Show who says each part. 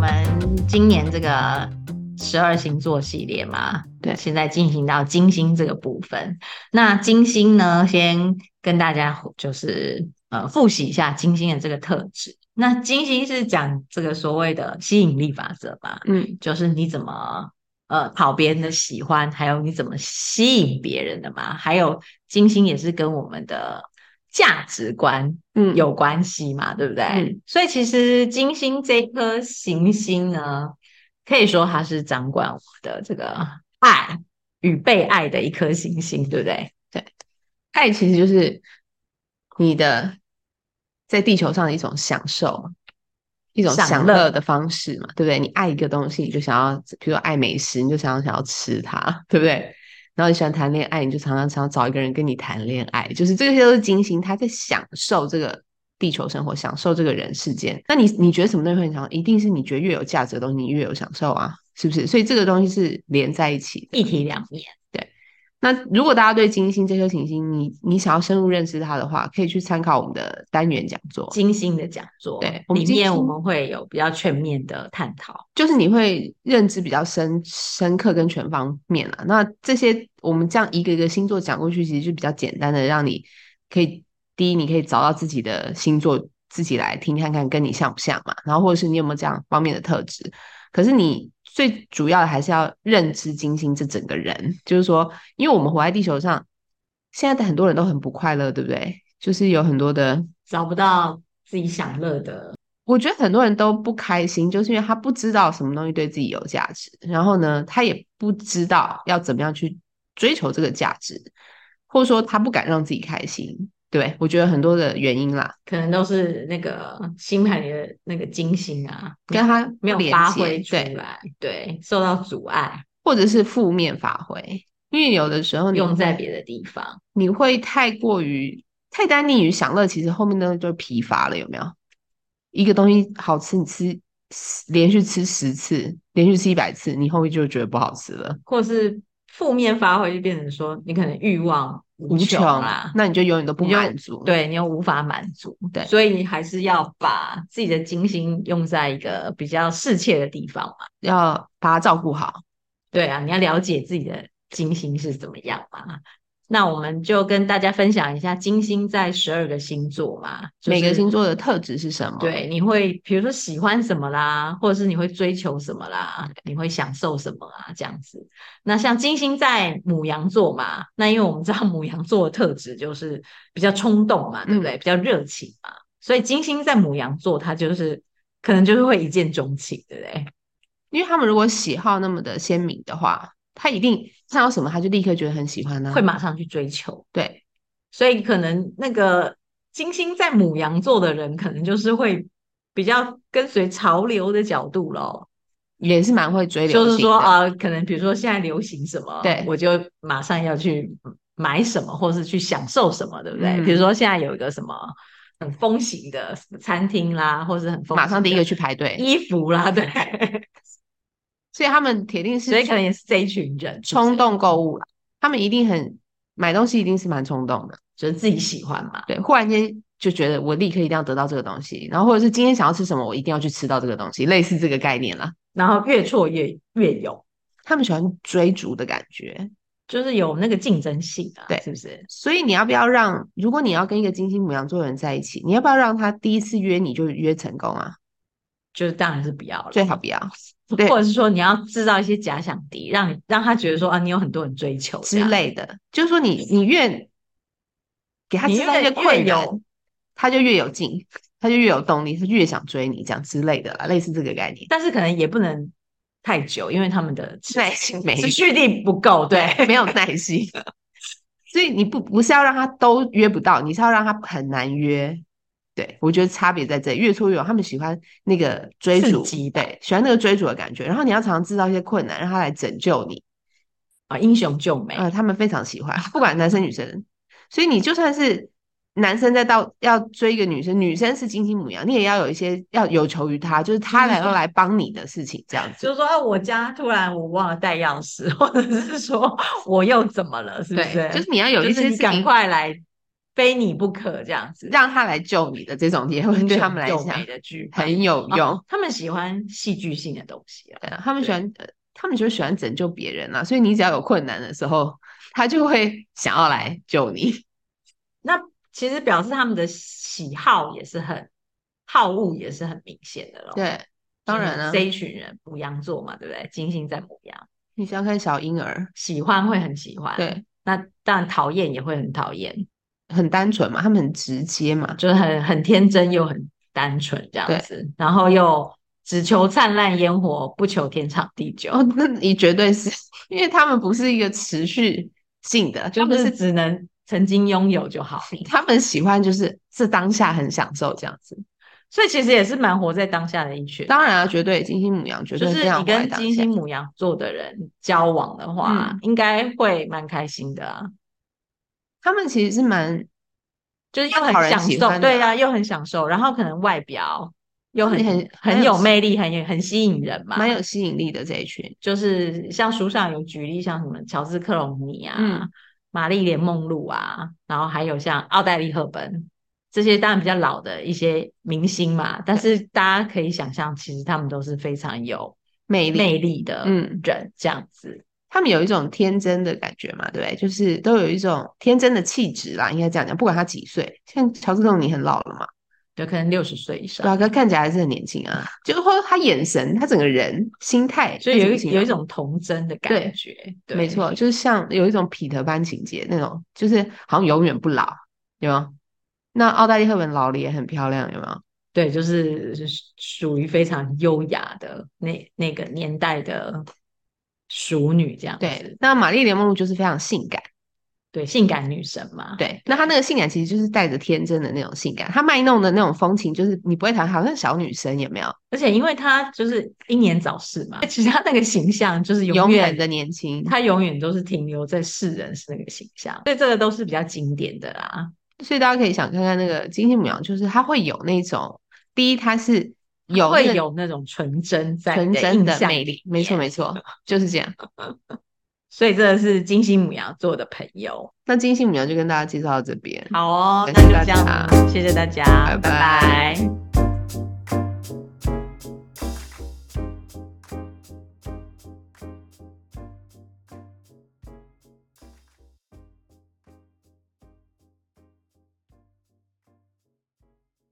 Speaker 1: 们今年这个十二星座系列嘛，
Speaker 2: 对
Speaker 1: 现在进行到金星这个部分。那金星呢，先跟大家就是呃复习一下金星的这个特质。那金星是讲这个所谓的吸引力法则嘛，
Speaker 2: 嗯，
Speaker 1: 就是你怎么呃讨别人的喜欢，还有你怎么吸引别人的嘛，还有金星也是跟我们的价值观
Speaker 2: 嗯，
Speaker 1: 有关系嘛，对不对？
Speaker 2: 嗯
Speaker 1: 所以其实金星这颗行星呢，可以说它是掌管我们的这个爱与被爱的一颗行星，对不对？
Speaker 2: 爱其实就是你的在地球上的一种享受嘛，一种
Speaker 1: 享
Speaker 2: 享
Speaker 1: 乐
Speaker 2: 乐的方式嘛，对不对？你爱一个东西，你就想要，比如说爱美食，你就想要想要吃它， 对不对？然后你喜欢谈恋爱，你就常常想要找一个人跟你谈恋爱，就是这些都是金星，他在享受这个地球生活，享受这个人世间。那你你觉得什么东西会享受？一定是你觉得越有价值的东西，你越有享受啊，是不是？所以这个东西是连在一起的。
Speaker 1: 一体两面。
Speaker 2: 那如果大家对金星这颗行星，你你想要深入认识它的话，可以去参考我们的单元讲座，
Speaker 1: 金星的讲座
Speaker 2: 对我们
Speaker 1: 里
Speaker 2: 金
Speaker 1: 面，
Speaker 2: 星
Speaker 1: 我们会有比较全面的探讨。
Speaker 2: 就是你会认知比较深、深刻跟全方面啊。那这些我们这样一个一个星座讲过去，其实就比较简单的，让你可以第一，你可以找到自己的星座，自己来听看看跟你像不像嘛，然后或者是你有没有这样方面的特质。可是你最主要的还是要认知金星这整个人，就是说，因为我们活在地球上，现在的很多人都很不快乐，对不对？就是有很多的，
Speaker 1: 找不到自己享乐的，
Speaker 2: 我觉得很多人都不开心，就是因为他不知道什么东西对自己有价值，然后呢，他也不知道要怎么样去追求这个价值，或者说他不敢让自己开心。对，我觉得很多的原因啦，
Speaker 1: 可能都是那个星盘里的那个金星啊，
Speaker 2: 跟他不
Speaker 1: 没有
Speaker 2: 连
Speaker 1: 发
Speaker 2: 接
Speaker 1: 挥出
Speaker 2: 对，
Speaker 1: 来，对，受到阻碍，
Speaker 2: 或者是负面发挥，因为有的时候你
Speaker 1: 用在
Speaker 2: 会
Speaker 1: 别的地方。
Speaker 2: 你会太过于太单溺于享乐，其实后面呢就疲乏了，有没有？一个东西好吃，你吃十连续吃十次，连续吃一百次，你后面就觉得不好吃了，
Speaker 1: 或是负面发挥，就变成说你可能欲望无
Speaker 2: 无
Speaker 1: 穷
Speaker 2: 穷
Speaker 1: 啦，
Speaker 2: 那你就永远都不
Speaker 1: 你就
Speaker 2: 满足。，
Speaker 1: 对你又无法满足，
Speaker 2: 对
Speaker 1: 所以你还是要把自己的精心用在一个比较适切的地方嘛。
Speaker 2: 要把它照顾好。
Speaker 1: 对啊，你要了解自己的金星是怎么样嘛。那我们就跟大家分享一下金星在十二个星座嘛，就
Speaker 2: 每个
Speaker 1: 是
Speaker 2: 星座的特质是什么？，
Speaker 1: 对，你会比如说喜欢什么啦，或者是你会追求什么啦，你会享受什么啊，这样子。那像金星在母羊座嘛，那因为我们知道母羊座的特质就是比较冲动嘛，对不对？比较热情嘛，所以金星在母羊座，它就是可能就是会一见钟情，对不对？
Speaker 2: 因为他们如果喜好那么的鲜明的话，他一定看到什么他就立刻觉得很喜欢呢、
Speaker 1: 会马上去追求，
Speaker 2: 对，
Speaker 1: 所以可能那个金星在母羊座的人，可能就是会比较跟随潮流的角度咯。
Speaker 2: 也是蛮会追流
Speaker 1: 就是
Speaker 2: 行
Speaker 1: 说
Speaker 2: 的，
Speaker 1: 呃，可能比如说现在流行什么，
Speaker 2: 对
Speaker 1: 我就马上要去买什么，或是去享受什么，对不对？
Speaker 2: 嗯
Speaker 1: 比如说现在有一个什么很风行的什么餐厅啦，或是很风
Speaker 2: 马上第一个
Speaker 1: 去
Speaker 2: 去排队，
Speaker 1: 衣服啦， 对，
Speaker 2: 所以他们铁定是
Speaker 1: 所以可能也是这一群人
Speaker 2: 冲，动购物啦，他们一定很买东西，一定是蛮冲动的。
Speaker 1: 就是自己喜欢嘛。
Speaker 2: 对，忽然间就觉得我立刻一定要得到这个东西，然后或者是今天想要吃什么，我一定要去吃到这个东西，类似这个概念啦。
Speaker 1: 然后越挫越越勇，
Speaker 2: 他们喜欢追逐的感觉，
Speaker 1: 就是有那个竞争性啊，
Speaker 2: 对
Speaker 1: 是不是？
Speaker 2: 所以你要不要让？如果你要跟一个金星母羊座的人在一起，你要不要让他第一次约你就约成功啊？
Speaker 1: 就是当然是不要了，
Speaker 2: 最好不要对
Speaker 1: 或者是说你要制造一些假想敌，让你让他觉得说啊，你有很多人追求这
Speaker 2: 之
Speaker 1: 样
Speaker 2: 类的，就是说你你越给他
Speaker 1: 你
Speaker 2: 制造
Speaker 1: 越
Speaker 2: 一些
Speaker 1: 越
Speaker 2: 困
Speaker 1: 有
Speaker 2: 扰，他就越有劲，他就越有动力，他就越想追你，这样之类的啦，类似这个概念。
Speaker 1: 但是可能也不能太久，因为他们的持
Speaker 2: 耐心没
Speaker 1: 持续力不够。 对，
Speaker 2: 没有耐心。 所以你不不是要让他都约不到，你是要让他很难约。对，我觉得差别在这里，越挫越勇。他们喜欢那个追
Speaker 1: 刺
Speaker 2: 逐，
Speaker 1: 激吧
Speaker 2: 对，喜欢那个追逐的感觉。然后你要常常制造一些困难，让他来拯救你。
Speaker 1: 啊，英雄救美，
Speaker 2: 呃，他们非常喜欢，不管男生女生。所以你就算是男生在到要追一个女生，女生是金星母羊，你也要有一些要有求于他，就是他来要来帮你的事情，这样子。
Speaker 1: 就是说啊，我家突然我忘了带钥匙，或者是说我又怎么了，是不
Speaker 2: 对，就是你要有
Speaker 1: 就
Speaker 2: 一
Speaker 1: 是
Speaker 2: 些事
Speaker 1: 你
Speaker 2: 情
Speaker 1: 赶快来非你不可这样子，
Speaker 2: 让他来救你的这种也会对他们来
Speaker 1: 英雄救
Speaker 2: 讲
Speaker 1: 美的剧本
Speaker 2: 很有用。
Speaker 1: 哦他们喜欢戏剧性的东西啊。
Speaker 2: 对啊，他们喜
Speaker 1: 对
Speaker 2: 欢，呃他们就喜欢拯救别人啊，所以你只要有困难的时候，他就会 想要来救你。
Speaker 1: 那其实表示他们的喜好也是很好恶，也是很明显的咯。，
Speaker 2: 对，当然啊了、
Speaker 1: 这一群人母羊座嘛，对不对？金星在母羊，
Speaker 2: 你想想看，小婴儿，
Speaker 1: 喜欢会很喜欢，，
Speaker 2: 对，
Speaker 1: 那当然讨厌也会很讨厌，
Speaker 2: 很单纯嘛，他们很直接嘛，
Speaker 1: 就是很很天真又很单纯这
Speaker 2: 对
Speaker 1: 样子，然后又只求灿烂烟火，不求天长地久。
Speaker 2: 哦，那你绝对是 因为他们不是一个持续性的，
Speaker 1: 他
Speaker 2: 就
Speaker 1: 们
Speaker 2: 是
Speaker 1: 是只能曾经拥有就好，
Speaker 2: 他们喜欢就是是当下很享受这样子。
Speaker 1: 所以其实也是蛮活在当下的一群。
Speaker 2: 当然啊，绝对金星母羊绝
Speaker 1: 就
Speaker 2: 对非
Speaker 1: 是
Speaker 2: 常
Speaker 1: 你
Speaker 2: 活在
Speaker 1: 跟
Speaker 2: 当
Speaker 1: 金
Speaker 2: 下
Speaker 1: 星母羊座的人交往的话，
Speaker 2: 嗯
Speaker 1: 应该会蛮开心的啊，
Speaker 2: 他们其实是蛮
Speaker 1: 就是又很
Speaker 2: 讨人
Speaker 1: 享
Speaker 2: 喜
Speaker 1: 受，
Speaker 2: 欢的
Speaker 1: 对啊，又很享受，然后可能外表又很
Speaker 2: 他们很
Speaker 1: 很
Speaker 2: 很有
Speaker 1: 有魅力，很很吸引人嘛。
Speaker 2: 蛮有吸引力的这一群，
Speaker 1: 就是像书上有举例，像什么乔治克隆尼啊、
Speaker 2: 嗯
Speaker 1: 玛丽莲梦露啊，然后还有像奥黛丽赫本这些，当然比较老的一些明星嘛。但是大家可以想象，其实他们都是非常有
Speaker 2: 魅力，
Speaker 1: 魅力的
Speaker 2: 嗯
Speaker 1: 人，这样子。
Speaker 2: 他们有一种天真的感觉嘛，对不对？就是都有一种天真的气质啦，应该这样讲。不管他几岁，像乔治·克隆尼很老了嘛，
Speaker 1: 就可能六十岁以上
Speaker 2: 对，啊，可看起来还是很年轻啊。就是说他眼神，他整个人心态，
Speaker 1: 所以有
Speaker 2: 他
Speaker 1: 一
Speaker 2: 整个
Speaker 1: 有一
Speaker 2: 形
Speaker 1: 种童真的
Speaker 2: 啊对
Speaker 1: 感觉，对，
Speaker 2: 没错，就是像有一种彼得潘情节那种，就是好像永远不老，有没有？那奥黛丽·赫本老了也很漂亮，有没有？
Speaker 1: 对，就是就是属于非常优雅的那那个年代的熟女这样子，
Speaker 2: 对，那玛丽莲梦露就是非常性感，
Speaker 1: 对，性感女神嘛，
Speaker 2: 对，那她那个性感其实就是带着天真的那种性感，她卖弄的那种风情，就是你不会谈，好像小女生也没有，
Speaker 1: 而且因为她就是英年早逝嘛， 其实她那个形象就是
Speaker 2: 永
Speaker 1: 永
Speaker 2: 远
Speaker 1: 远，
Speaker 2: 的年轻。
Speaker 1: 她永远都是停留在世人是那个形象，所以这个都是比较经典的啦。
Speaker 2: 所以大家可以想看看那个金星母羊，就是它会有那种，第一它是有那
Speaker 1: 会
Speaker 2: 个
Speaker 1: 有那种纯真在
Speaker 2: 纯
Speaker 1: 你
Speaker 2: 真
Speaker 1: 印
Speaker 2: 的
Speaker 1: 象
Speaker 2: 魅力
Speaker 1: 里，
Speaker 2: 没错
Speaker 1: 面，
Speaker 2: 没错，就是这样。
Speaker 1: 所以这是金星母羊座的朋友。
Speaker 2: 那金星母羊就跟大家介绍到这边。
Speaker 1: 好哦，
Speaker 2: 感
Speaker 1: 那
Speaker 2: 谢
Speaker 1: 就
Speaker 2: 大
Speaker 1: 这样，谢谢大家，
Speaker 2: 拜拜
Speaker 1: 拜拜